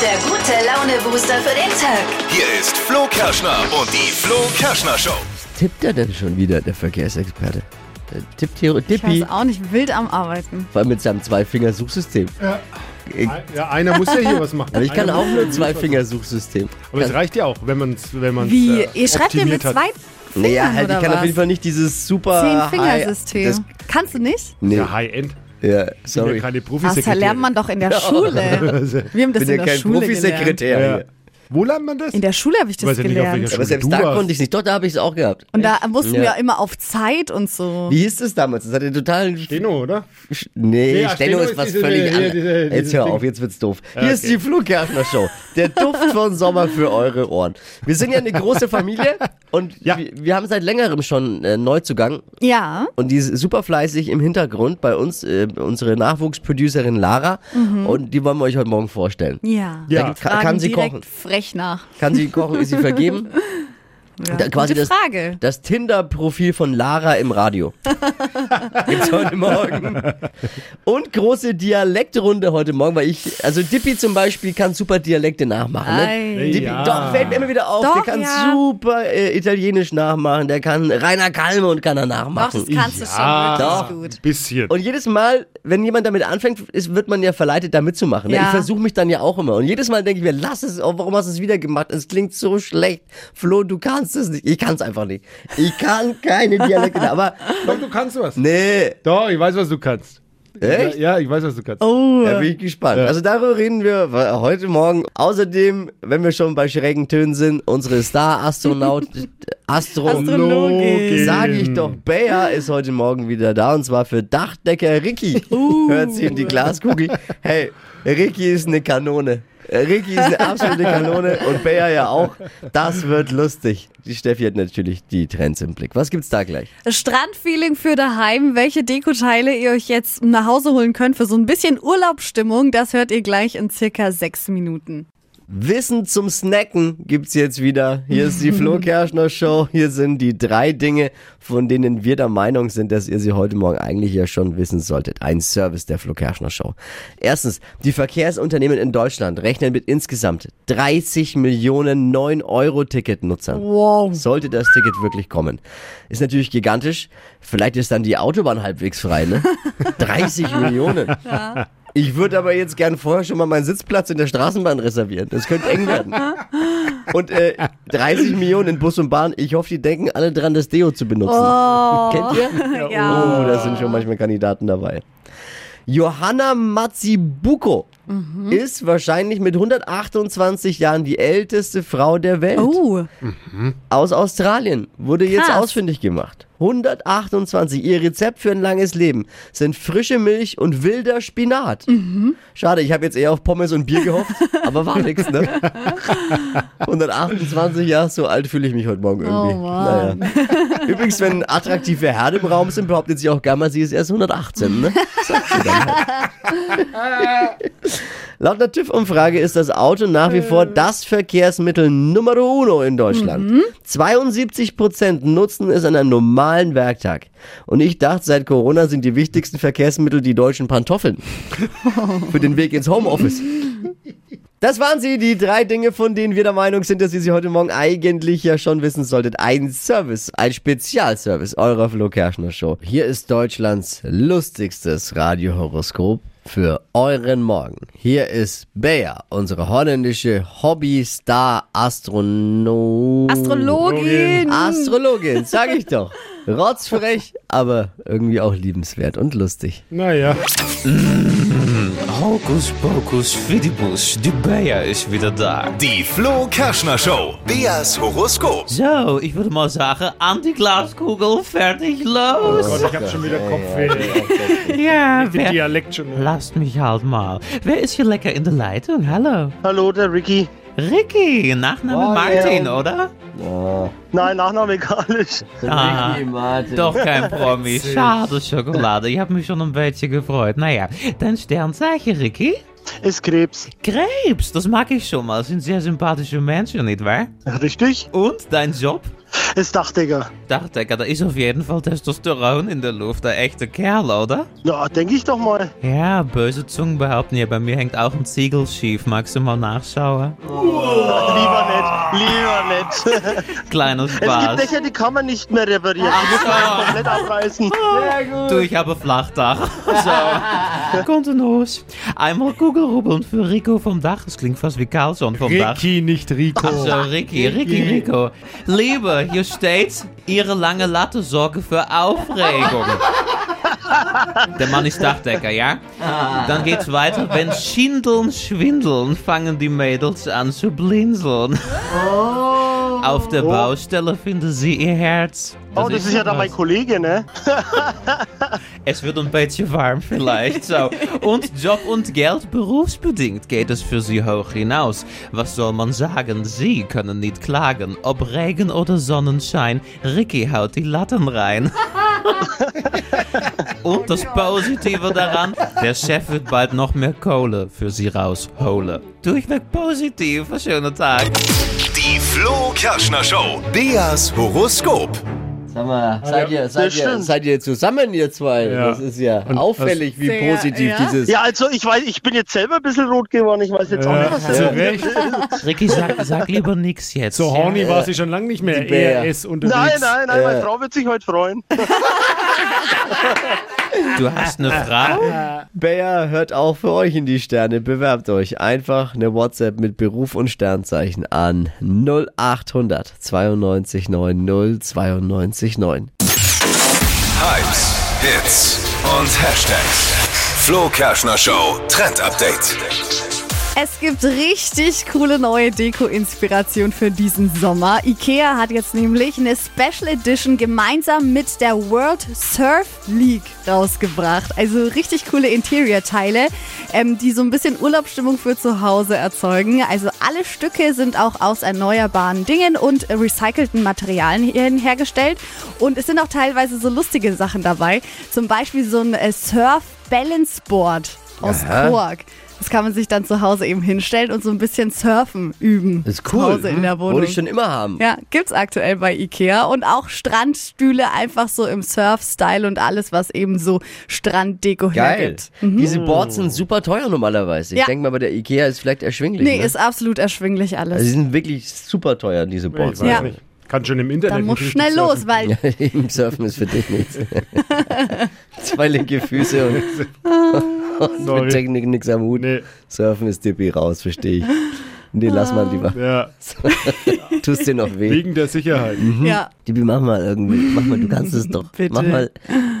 der gute Laune-Booster für den Tag. Hier ist Flo Kerschner und die Flo Kerschner Show. tippt er denn schon wieder, der Verkehrsexperte? Der tippt hier Ich Dippi, weiß auch nicht, wild am Arbeiten. vor allem mit seinem Zwei-Finger-Suchsystem. Ja, einer muss ja hier was machen. Aber ich kann Einer auch muss nur hier ein was Zwei-Finger-Suchsystem. machen. Aber es reicht ja auch, wenn man es wenn man's, Wie? äh, Ihr schreibt ihr mit optimiert hat. zwei Naja, halt, ich oder kann auf was? jeden Fall nicht dieses super Zehn-Fingersystem. High- Kannst du nicht? Ah, Das, nee, Ja, High-End. ja, Sind ja sorry. keine Ach, Das Profisekretäre. lernt man doch in der Schule. Wir haben das Ich bin in ja der kein Schule gelernt. Profisekretär ja. hier. Wo lernt man das? In der Schule habe ich das Weiß ja nicht, auf gelernt. welcher Aber selbst Du da warst- konnte ich nicht. Doch, da habe ich es auch gehabt. und da mussten Ja. wir immer auf Zeit und so. Wie hieß das damals? Das hatte total. Steno, oder? Sch- Nee, Ja, Stellung Stellung ist ist was diese- völlig hier, anderes. diese- Jetzt dieses hör Ding. auf, jetzt wird's doof. Hier okay. ist die Flugkärchner Show. Der Duft von Sommer für eure Ohren. Wir sind ja eine große Familie und Ja. wir, wir haben seit längerem schon äh, Neuzugang Ja, und die ist super fleißig im Hintergrund bei uns, äh, unsere Nachwuchsproducerin Lara und die wollen wir euch heute Morgen vorstellen. ja. Da gibt's- Ja. kann, Mhm. Fragen kann sie direkt kochen? frech nach. Kann sie kochen? Ist sie vergeben? Ja. Da- quasi das, Gute Frage. das Tinder-Profil von Lara im Radio. Gibt's heute Morgen. Und große Dialektrunde heute Morgen, weil ich, also Dippy zum Beispiel kann super Dialekte nachmachen. Ne? Ei. Dippy, Ja. Doch, fällt mir immer wieder auf, Doch, der kann ja. super äh, Italienisch nachmachen, der kann Rainer Kalme und kann er Doch, nachmachen. das kannst Ja. du schon wirklich gut. Ah. Bisschen. Und jedes Mal, wenn jemand damit anfängt, ist, wird man ja verleitet, da mitzumachen. ne? Ja. Ich versuche mich dann ja auch immer. Und jedes Mal denke ich mir, lass es, oh, warum hast du es wieder gemacht? Es klingt so schlecht. Flo, du kannst es nicht. Ich kann es einfach nicht. Ich kann keine Dialekte. aber ne, Doch, du kannst was. nee, Doch, ich weiß, was du kannst. Echt? Ja, ich weiß, was du kannst. Oh, da bin ich gespannt. Also darüber reden wir wa- heute Morgen. Außerdem, wenn wir schon bei schrägen Tönen sind, unsere Star-Astronaut, Astro... Astro- Login. Sage ich doch, Bayer ist heute Morgen wieder da und zwar für Dachdecker Ricky. Hört sie in die Glaskugel. Hey, Ricky ist eine Kanone. Ricky ist eine absolute Kanone und Bayer ja auch. Das wird lustig. Die Steffi hat natürlich die Trends im Blick. Was gibt's da gleich? Strandfeeling für daheim. Welche Dekoteile ihr euch jetzt nach Hause holen könnt für so ein bisschen Urlaubsstimmung, das hört ihr gleich in circa sechs Minuten. Wissen zum Snacken gibt's jetzt wieder. Hier ist die Flo Kerschner Show. Hier sind die drei Dinge, von denen wir der Meinung sind, dass ihr sie heute Morgen eigentlich ja schon wissen solltet. Ein Service der Flo Kerschner Show. Erstens, die Verkehrsunternehmen in Deutschland rechnen mit insgesamt 30 Millionen 9-Euro-Ticketnutzern. Wow. Sollte das Ticket wirklich kommen. Ist natürlich gigantisch. Vielleicht ist dann die Autobahn halbwegs frei, ne? 30 Millionen. Ich würde aber jetzt gern vorher schon mal meinen Sitzplatz in der Straßenbahn reservieren. Das könnte eng werden. Und äh, 30 Millionen in Bus und Bahn. Ich hoffe, die denken alle dran, das Deo zu benutzen. Kennt ihr? Oh. Ja. Oh, da sind schon manchmal Kandidaten dabei. Johanna Matzibuko Mhm. ist wahrscheinlich mit 128 Jahren die älteste Frau der Welt Oh, aus Australien wurde jetzt Krass. ausfindig gemacht. 128. Ihr Rezept für ein langes Leben sind frische Milch und wilder Spinat. Mhm. Schade, ich habe jetzt eher auf Pommes und Bier gehofft, aber war nix, ne? 128 Jahre, so alt fühle ich mich heute Morgen irgendwie. Oh, Mann. Naja. Übrigens, wenn attraktive Herde im Raum sind, behauptet sie auch gerne mal, sie ist erst 118, ne? Sagt sie dann halt. Laut einer TÜV-Umfrage ist das Auto nach wie Äh. vor das Verkehrsmittel Nummer uno in Deutschland. Mhm. 72 Prozent nutzen es an einem normalen Werktag. Und ich dachte, seit Corona sind die wichtigsten Verkehrsmittel die deutschen Pantoffeln. Für den Weg ins Homeoffice. Das waren sie, die drei Dinge, von denen wir der Meinung sind, dass ihr sie heute Morgen eigentlich ja schon wissen solltet. Ein Service, ein Spezialservice eurer Flo Kerschner Show. Hier ist Deutschlands lustigstes Radiohoroskop für euren Morgen. Hier ist Bea, unsere holländische Hobby-Star-Astronom... Astrologin. Astrologin, sag ich doch. Rotzfrech, aber irgendwie auch liebenswert und lustig. Naja. Oh, Hocus pocus fidibus, die Bayer ist wieder da. Die Flo Kerschner Show. Beas Horoskop. So, ich würde mal sagen, an die Glaskugel, fertig, los. Gott, ich hab schon wieder Kopfweh. ja, Die wer... Dialekt schon. Lasst mich halt mal. Wer ist hier lecker in der Leitung? Hallo. Hallo, der Ricky. Oh, Ricky, Nachname Martin, oder? Nein, Nachname egal ist. Ah, doch kein Promi. Schade, Schokolade. Ich habe mich schon ein bisschen gefreut. Nou Naja, dein Sternzeichen, Ricky? Ist Krebs. Krebs, das mag ich schon mal. Sind sehr sympathische Menschen, nicht wahr? Richtig? Und dein Job? ist Dachdecker. Dachdecker, da ist auf jeden Fall Testosteron in der Luft. Der echte Kerl, oder? Ja, denke ich doch mal. Ja, böse Zungen behaupten ja, bei mir hängt auch ein Ziegel schief. Magst du mal nachschauen? Lieber nicht, lieber nicht. Kleiner Es gibt Spaß. Dächer, die kann man nicht mehr reparieren. Die muss man komplett abreißen. Du, ich habe ein Flachdach. So. Kommt ein Hus. Einmal Kugelrubbeln für Rico vom Dach. Das klingt fast wie Carlson vom Dach. Ricky, nicht Rico. Äh, Also Ricky, Ricky, Rico. Liebe, hier steht, Ihre lange Latte sorge für Aufregung. Der Mann ist Dachdecker, ja? Ah. Dann geht's weiter. Wenn Schindeln schwindeln, fangen die Mädels an zu blinzeln. Auf der Baustelle finden sie ihr Herz. Oh, das ist ja dann was. mein Kollege, ne? Es wird ein bisschen warm vielleicht. So. Und Job und Geld berufsbedingt geht es für sie hoch hinaus. Was soll man sagen? Sie können nicht klagen. Ob Regen oder Sonnenschein, Ricky haut die Latten rein. und das Positive daran, der Chef wird bald noch mehr Kohle für sie rausholen. Durchweg positiv, schönen Tag. Die Flo Kerschner Show. Beas Horoskop. Sag mal, seid ihr, seid das ihr, stimmt. seid ihr zusammen, ihr zwei? Ja. Das ist ja Und auffällig, wie Sehr, positiv ja. dieses. Ja, also ich weiß, ich bin jetzt selber ein bisschen rot geworden. Ich weiß jetzt auch nicht, Ja, was zu Recht. Ricky, sag, sag lieber nichts jetzt. So horny war sie schon lange nicht mehr. die Bär. Er ist unterwegs. Nein, nein, nein, meine Frau wird sich heute freuen. Du hast eine Frau? Bayer hört auch für euch in die Sterne. Bewerbt euch einfach eine WhatsApp mit Beruf und Sternzeichen an 0800 92 90 92 9. Hypes, Hits und Hashtags. Flo Kerschner Show Trend Update. Es gibt richtig coole neue Deko-Inspiration für diesen Sommer. IKEA hat jetzt nämlich eine Special Edition gemeinsam mit der World Surf League rausgebracht. Also richtig coole Interior-Teile, ähm, die so ein bisschen Urlaubsstimmung für zu Hause erzeugen. Also alle Stücke sind auch aus erneuerbaren Dingen und recycelten Materialien hierhin hergestellt. Und es sind auch teilweise so lustige Sachen dabei. Zum Beispiel so ein äh, Surf Balance Board aus Aha. Kork. Das kann man sich dann zu Hause eben hinstellen und so ein bisschen surfen üben. Das ist Zu cool. Hm. Hause in der Wohnung. Wollte ich schon immer haben. ja, gibt's aktuell bei Ikea und auch Strandstühle einfach so im Surf-Style und alles, was eben so Stranddeko Geil. hergibt. Diese Boards sind super teuer normalerweise. Ich Mhm. Ja. denke mal, bei der Ikea ist vielleicht erschwinglich. Nee, ne? ist absolut erschwinglich also die alles. sind wirklich super teuer, diese Boards. weiß Ja. Nicht. Kann schon im Internet. Dann muss nicht schnell richtig los, weil Ja, eben Surfen ist für dich nichts. Zwei linke Füße und Ah. surfen. mit Sorry. Technik nichts am Hut. Nee, Surfen ist Dippi raus, verstehe ich. Nee, lass mal lieber. ja. Tust dir noch weh. Wegen der Sicherheit. ja, Dippi, mach mal irgendwie. Mach mal, du kannst es doch. Mach mal,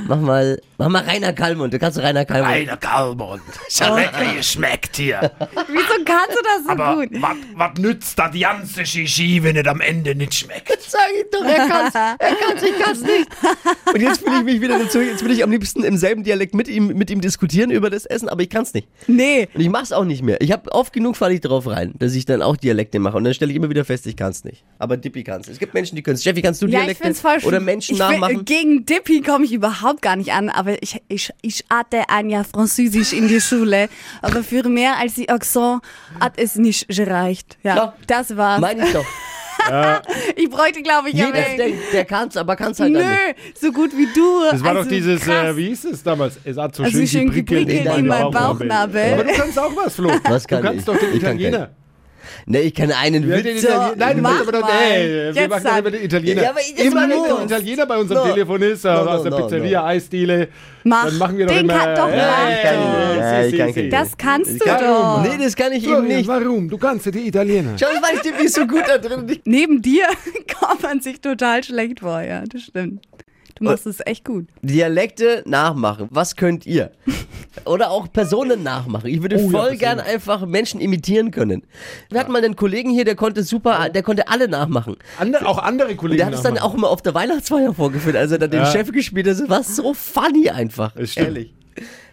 mach mal, mach mal Rainer Kalmund. Du kannst Rainer Kalmund. Alter Kalmund, Oh. schon lecker geschmeckt hier. wieso kannst du das so Aber gut? was nützt das ganze Shishi, wenn es am Ende nicht schmeckt? Sag ich doch, er kann's, er kann's, ich kann's nicht. Und jetzt will ich mich wieder dazu, jetzt will ich am liebsten im selben Dialekt mit ihm, mit ihm diskutieren über das Essen, aber ich kann's nicht. Nee, Und ich mach's auch nicht mehr. Ich hab oft genug falle ich drauf rein, dass ich dann auch Dialekte mache. Und dann stelle ich immer wieder fest, ich kann's nicht. Aber Dippi kann's. Es gibt Menschen, die können's. Steffi, kannst du ja, ich Dialekte find's voll schlimm. oder Menschen ich will- nachmachen? Gegen Dippy komme ich überhaupt gar nicht an, aber ich, ich, ich hatte ein Jahr Französisch in die Schule, aber für mehr als die Accent hat es nicht gereicht. Ja, Ja. das war's. Meine ich doch. Ich bräuchte, glaube ich, Jeder aber- denkt, der kann's, aber kann's halt Nö, dann nicht. so gut wie du. Das war also, doch dieses, krass. äh, wie hieß es damals? Es hat so Also schön schön geprickelt geprickelt in meinen Bauchnabel. Aber du kannst auch was, Flo. Was kann du kannst ich? doch den Ich kann Italiener. Ne, ich kenne einen Ja, Witz. den So, Italiener. Nein, du mach machst aber doch, mal. ey, wir Jetzt machen doch sag. über den Italiener. Ja, aber das immer war wenn los. der Italiener bei uns am No. Telefon ist, äh, No, no, aus der no, Pizzeria, no. Eisdiele, Mach. dann machen wir doch Den immer... kann doch äh, machen. äh, Ich kann nicht. Ja, si, ich si, kann si. nicht. Das kannst du kann- doch. Nee, das kann ich eben Florian, nicht. Warum? Du kannst ja die Italiener. Schau, ich weiß nicht, wie so gut da drin. Ich Neben dir kommt man sich total schlecht vor, ja, das stimmt. Du machst es echt gut. Dialekte nachmachen. Was könnt ihr? Oder auch Personen nachmachen. Ich Oh würde voll gern einfach Menschen imitieren können. Wir hatten mal einen Kollegen hier, der konnte super, der konnte alle nachmachen. Ander, auch andere Kollegen Der hat es dann nachmachen. auch immer auf der Weihnachtsfeier vorgeführt, als er dann den Ja. Chef gespielt hat. Das war so funny einfach. Das stimmt. Ehrlich.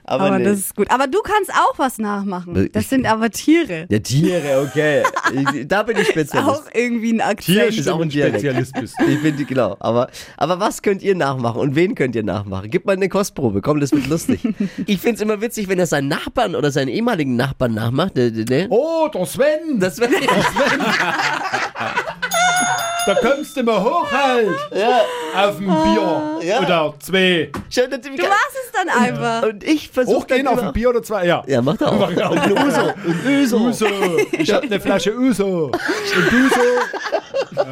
Aber, Aber nee. das ist gut. Aber du kannst auch was nachmachen. Das sind aber Tiere. ja, Tiere, okay. Ich, da bin ich Spezialist. Auch irgendwie ein Hier Akzent. ist auch ein auch ein Dialekt. Spezialist bist. Ich bin die, genau. Aber, aber was könnt ihr nachmachen und wen könnt ihr nachmachen? Gib mal eine Kostprobe. Komm, das wird lustig. Ich find's immer witzig, wenn er seinen Nachbarn oder seinen ehemaligen Nachbarn nachmacht. Ne, ne, ne. Oh, der Sven! Das wäre Da kommst du mal hoch halt. Auf ein Bier. Ja. Oder zwei. Schön, dass Du machst es dann einfach. Und ich versuche Hochgehen auf ein Bier oder zwei, ja. Ja, macht er auch. Und eine Uso. Und eine Uso. Uso. Ich hab eine Flasche Uso. Und Uso.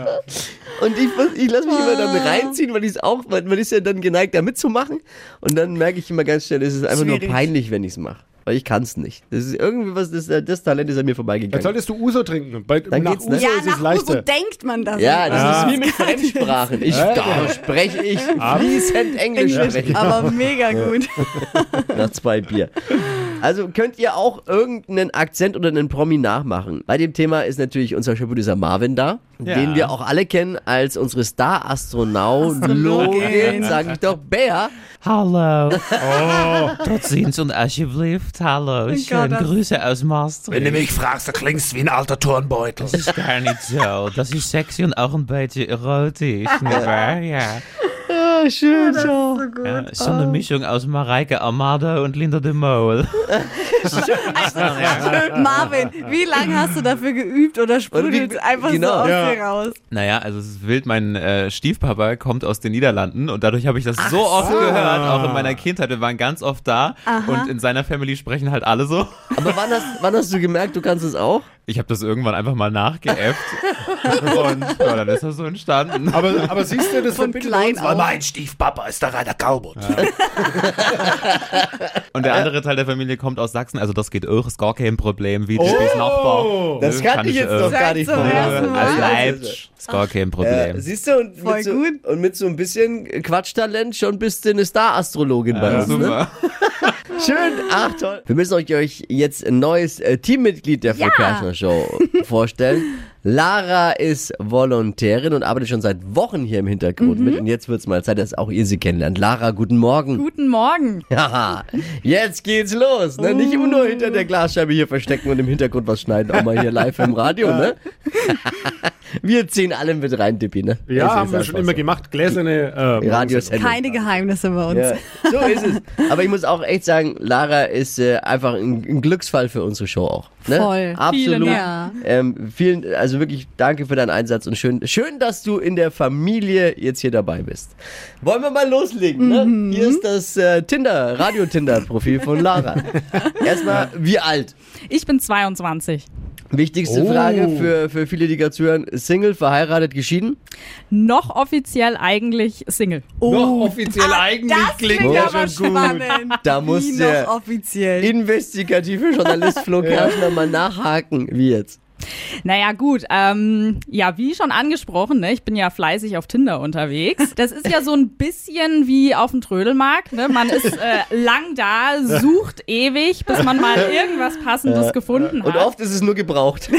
Und ich, ich lasse mich immer damit reinziehen, weil ich es auch, weil man ist ja dann geneigt, da mitzumachen. Und dann merke ich immer ganz schnell, es ist einfach Schwierig. nur peinlich, wenn ich es mache. Weil ich kann es nicht. Das ist irgendwie was, das, das Talent ist an mir Jetzt vorbeigegangen. solltest du Uso trinken. Bei, nach geht's, Uso ne? ja, ist es nach Uso leichter. denkt man das. Ja, das Ah. ist wie mit Fremdsprachen. Ich, Ja. da spreche ich fließend Englisch. Englisch, sprechen. aber mega gut. nach zwei Bier. Also könnt ihr auch irgendeinen Akzent oder einen Promi nachmachen. Bei dem Thema ist natürlich unser Schöpfer Marvin da, Ja. den wir auch alle kennen als unsere Star-Astronautologin, Astrologin. sag ich doch, Bea. Hallo. Tot ziens und alsjeblieft, hallo. Schöne Gott. Grüße aus Wenn du Maastricht. mich fragst, du klingst wie ein alter Turnbeutel. Das ist gar nicht so. Das ist sexy und auch ein beetje erotisch, nicht wahr? Ja. Oh, Ah, schön, schau. ja so eine Mischung aus Mareike Amado und Linda de Mol. Marvin, wie lange hast du dafür geübt oder sprudelt Oder wie- einfach so genau. aus Ja. dir raus? Naja, also es ist wild, mein äh, Stiefpapa kommt aus den Niederlanden und dadurch habe ich das so oft gehört, auch in meiner Kindheit. Wir waren ganz oft da und in seiner Family sprechen halt alle so. Aber wann hast, wann hast du gemerkt, du kannst es auch? Ich habe das irgendwann einfach mal nachgeäfft und ja, dann ist das so entstanden. Aber, aber siehst du, das verbindet klein uns. Weil mein Stiefpapa ist der Rainer Kalbert. Und Äh, der andere Teil der Familie kommt aus Sachsen, also das geht auch, ist gar kein Problem, wie das ist Nachbar. Oh! Das Nö, kann ich jetzt auch. doch gar Sag nicht zum Nö, ersten vorstellen. Mal. Es Also bleibt, ist gar kein Äh, Problem. siehst du, und Voll mit, so, gut. und mit so ein bisschen Quatschtalent schon bist du eine Star-Astrologin bei uns. Ne? Super. Schön, ach toll. Wir müssen euch, euch jetzt ein neues äh, Teammitglied der Frau Ja. Kerschner Show vorstellen. Lara ist Volontärin und arbeitet schon seit Wochen hier im Hintergrund Mhm. mit. Und jetzt wird's mal Zeit, dass auch ihr sie kennenlernt. Lara, guten Morgen. Guten Morgen. Haha, jetzt geht's los. Ne? Nicht immer nur hinter der Glasscheibe hier verstecken und im Hintergrund was schneiden. Auch mal hier live im Radio, ne? Wir ziehen alle mit rein, Dippi, ne? Es Ja, ist haben wir einfach schon immer so. gemacht. Gläserne äh, Radiosendung. Keine Geheimnisse bei uns. Ja, so ist es. Aber ich muss auch echt sagen, Lara ist äh, einfach ein, ein Glücksfall für unsere Show auch. Ne? Voll. Absolut. Vielen Dank. Ähm, vielen, also wirklich danke für deinen Einsatz und schön, schön, dass du in der Familie jetzt hier dabei bist. Wollen wir mal loslegen? Mhm. Ne? Hier ist das äh, Tinder, Radio-Tinder-Profil von Lara. Erstmal, wie alt? Ich bin 22. Wichtigste Oh. Frage für, für viele, die gerade zuhören. Single, verheiratet, geschieden? Noch offiziell eigentlich Single. Noch offiziell eigentlich Oh, ah, das klingt klingt ja aber schon gut. spannend. Da muss Wie der- noch offiziell. Investigative Journalist Flo Kerschner mal nachhaken, wie jetzt. Naja, gut. Ähm, ja, wie schon angesprochen, ne, ich bin ja fleißig auf Tinder unterwegs. Das ist ja so ein bisschen wie auf dem Trödelmarkt. Ne? Man ist äh, lang da, sucht ewig, bis man mal irgendwas Passendes gefunden Und hat. oft ist es nur gebraucht.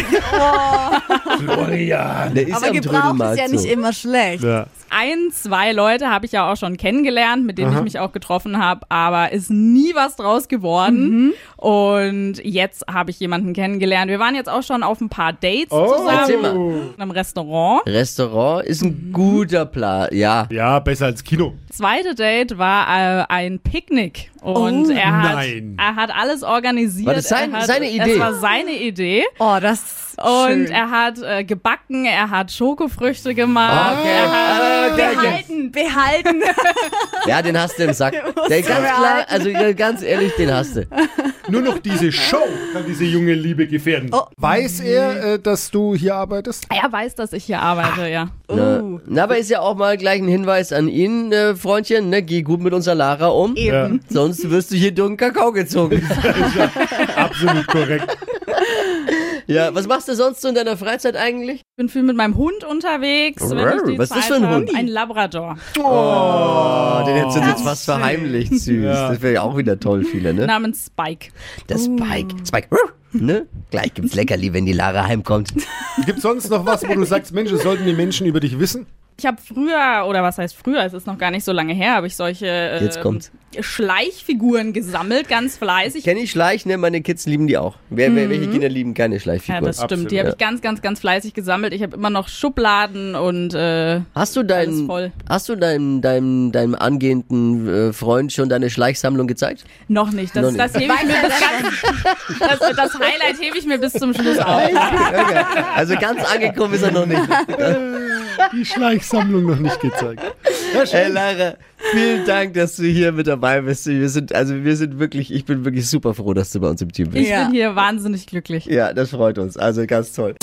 Florian. Der ist aber am gebraucht ist Trödelmarkt ja nicht so. immer schlecht. Ja. Ein, zwei Leute habe ich ja auch schon kennengelernt, mit denen ich mich auch getroffen habe, aber ist nie was draus geworden. Mhm. Und jetzt habe ich jemanden kennengelernt. Wir waren jetzt auch schon auf ein paar Dates Oh. Oh. erzähl zusammen mal. in einem Restaurant. Restaurant ist Mhm. ein guter Plan, ja. ja, besser als Kino. Zweite Date war äh, ein Picknick und Oh, er, hat, nein. er hat alles organisiert. War das sein- er hat, seine Idee? Das war seine Idee. Oh, das ist schön. Und er hat äh, gebacken, er hat Schokofrüchte gemacht, Ah, Okay. er hat behalten, behalten. Ja, den hast du im Sack. Der ganz klar, also ja, ganz ehrlich, den hast du. Nur noch diese Show kann diese junge Liebe gefährden. Oh. Weiß er, äh, dass du hier arbeitest? Ah, er weiß, dass ich hier arbeite, ja. Oh. Na, Ne? na, aber ist ja auch mal gleich ein Hinweis an ihn, äh, Freundchen, ne? Geh gut mit unserer Lara um. Eben. Sonst wirst du hier dunklen Kakao gezogen. Absolut korrekt. Ja, was machst du sonst so in deiner Freizeit eigentlich? Ich bin viel mit meinem Hund unterwegs. Wenn ich die Was ist Zeit das für ein habe. Hund? Ein Labrador. Oh, den hättest du jetzt fast verheimlicht, süß. Ja. Das wäre ja auch wieder toll, viele, ne? Namens Spike. Der oh. Spike. Spike. Ne? Gleich gibt's Leckerli, wenn die Lara heimkommt. Gibt sonst noch was, wo du sagst, Mensch, das sollten die Menschen über dich wissen? Ich habe früher, oder was heißt früher, es ist noch gar nicht so lange her, habe ich solche ähm, Jetzt kommt's. Schleichfiguren gesammelt, ganz fleißig. Kenn ich Schleich, ne? Meine Kids lieben die auch. Wer, wer, welche Kinder lieben keine Mhm. Ja, Schleichfiguren? das stimmt. Absolut, die habe ja. ich ganz, ganz, ganz fleißig gesammelt. Ich habe immer noch Schubladen und äh, Hast du deinen, Alles voll. hast du deinem, deinem, deinem angehenden äh, Freund schon deine Schleichsammlung gezeigt? noch nicht. Das, Noch nicht. das hebe ich mir bis ganz, das, das Highlight hebe ich mir bis zum Schluss auf. Okay. Also ganz angekommen ist er noch nicht. Äh, die Schleichsammlung noch nicht gezeigt. Ja, schön. Hey Lara, vielen Dank, dass du hier mit dabei bist. Wir sind, also wir sind wirklich, ich bin wirklich super froh, dass du bei uns im Team bist. Ich Ja. bin hier wahnsinnig glücklich. Ja, das freut uns. Also ganz toll.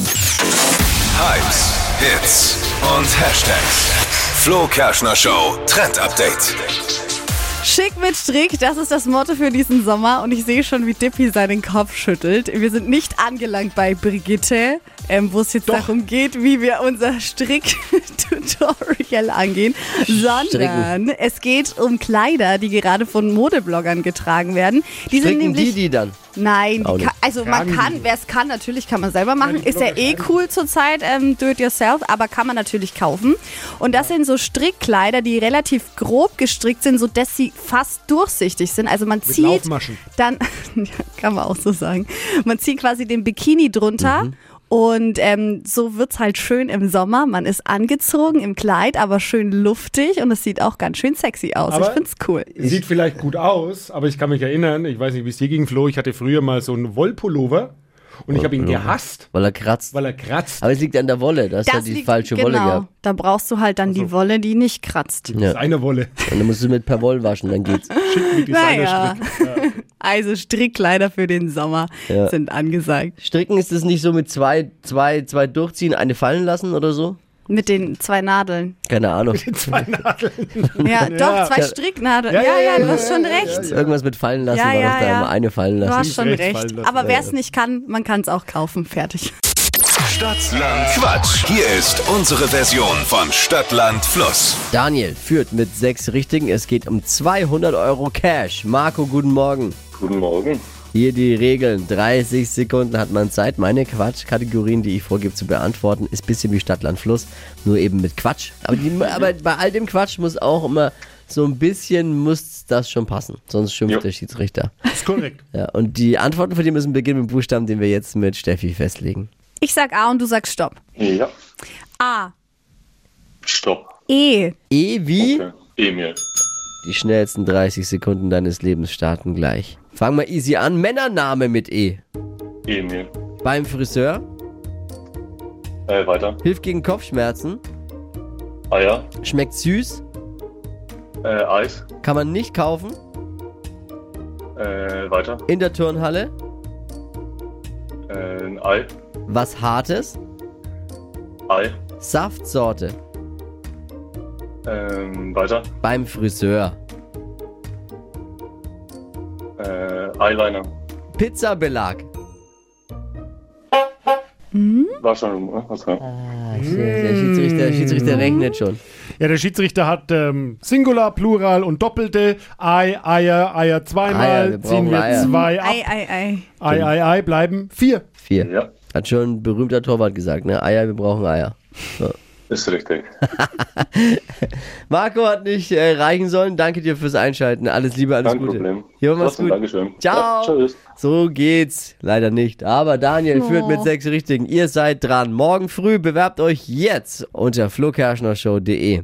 Hypes, Hits und Hashtags. Flo Kerschner Show Trend Update. Schick mit Strick, das ist das Motto für diesen Sommer und ich sehe schon, wie Dippy seinen Kopf schüttelt. Wir sind nicht angelangt bei Brigitte, ähm, wo es jetzt darum geht, wie wir unser Strick-Tutorial angehen, sondern es geht um Kleider, die gerade von Modebloggern getragen werden. Die sind Stricken nämlich die die dann? Nein, Auch die kann, also man kann, wer es kann, natürlich kann man selber machen. ist ja eh cool zurzeit, ähm, do it yourself, aber kann man natürlich kaufen. Und das sind so Strickkleider, die relativ grob gestrickt sind, sodass sie fast durchsichtig sind. Also man zieht Laufmaschen. dann, ja, kann man auch so sagen, man zieht quasi den Bikini drunter. Und ähm, so wird's halt schön im Sommer. Man ist angezogen im Kleid, aber schön luftig und es sieht auch ganz schön sexy aus. Aber- ich find's cool. Sieht vielleicht gut aus, aber ich kann mich erinnern, ich weiß nicht, wie es dir ging, Flo, ich hatte früher mal so einen Wollpullover und ich habe ihn gehasst, Weil er kratzt. weil er kratzt. Aber es liegt an der Wolle. Da hast du Das halt die liegt- falsche genau, Wolle gehabt. Da brauchst du halt dann die Wolle, die nicht kratzt. Das ist eine Wolle. Und dann musst du mit per Woll waschen, dann geht's. Schick mit Naja. Designerstrick. Also Strickkleider für den Sommer Ja. sind angesagt. Stricken ist es nicht so mit zwei, zwei, zwei durchziehen, eine fallen lassen oder so? Mit den zwei Nadeln. Keine Ahnung. Zwei Nadeln. Ja, doch, zwei Ja. Stricknadeln. Ja, Ja, ja, ja, ja, du ja, hast ja, schon ja, recht. Irgendwas mit fallen lassen Ja, war ja, doch da ja. immer eine fallen Du lassen. hast schon recht, recht. fallen lassen. Aber wer es nicht kann, man kann es auch kaufen. Fertig. Stadtland Quatsch. Hier ist unsere Version von Stadtland Fluss. Daniel führt mit sechs Richtigen. Es geht um 200 Euro Cash. Marco, guten Morgen. Guten Morgen. Hier die Regeln. 30 Sekunden hat man Zeit, meine Quatschkategorien, die ich vorgebe, zu beantworten. Ist bisschen wie Stadt, Land, Fluss, nur eben mit Quatsch. Aber, die, aber bei all dem Quatsch muss auch immer so ein bisschen, muss das schon passen. Sonst schimpft Jo. der Schiedsrichter. Ist korrekt. Ja, und die Antworten für die müssen beginnen mit dem Buchstaben, den wir jetzt mit Steffi festlegen. Ich sag A und du sagst Stopp. Ja. A. Stopp. E. E wie? Okay. Emil. Die schnellsten 30 Sekunden deines Lebens starten gleich. Fang mal easy an. Männername mit E. Emil. Beim Friseur. Äh, weiter. Hilft gegen Kopfschmerzen. Eier. Schmeckt süß. Äh, Eis. Kann man nicht kaufen. Äh, weiter. In der Turnhalle. Äh, ein Ei. Was Hartes. Ei. Saftsorte. Ähm, weiter. Beim Friseur. Äh, Eyeliner. Pizzabelag. War schon, ne? Was altså. war? Der Schiedsrichter, der Schiedsrichter rechnet schon. Ja, der Schiedsrichter hat ähm, Singular, Plural und Doppelte. Ei, Eier, Eier zweimal. Eier, wir brauchen Ziehen wir Eier. zwei ab. Ei, ei, ei. Ei, Ei, Ei bleiben vier. Vier. Ja. Hat schon ein berühmter Torwart gesagt, ne? Eier, wir brauchen Eier. Ist richtig. Marco hat nicht äh, reichen sollen. Danke dir fürs Einschalten. Alles Liebe, alles Kein Gute. Problem. Jo, mach's Trotzdem, gut. Dankeschön. Ciao. Ja, tschüss. So geht's. Leider nicht. Aber Daniel führt mit sechs Richtigen. Ihr seid dran. Morgen früh bewerbt euch jetzt unter flokerschnershow.de.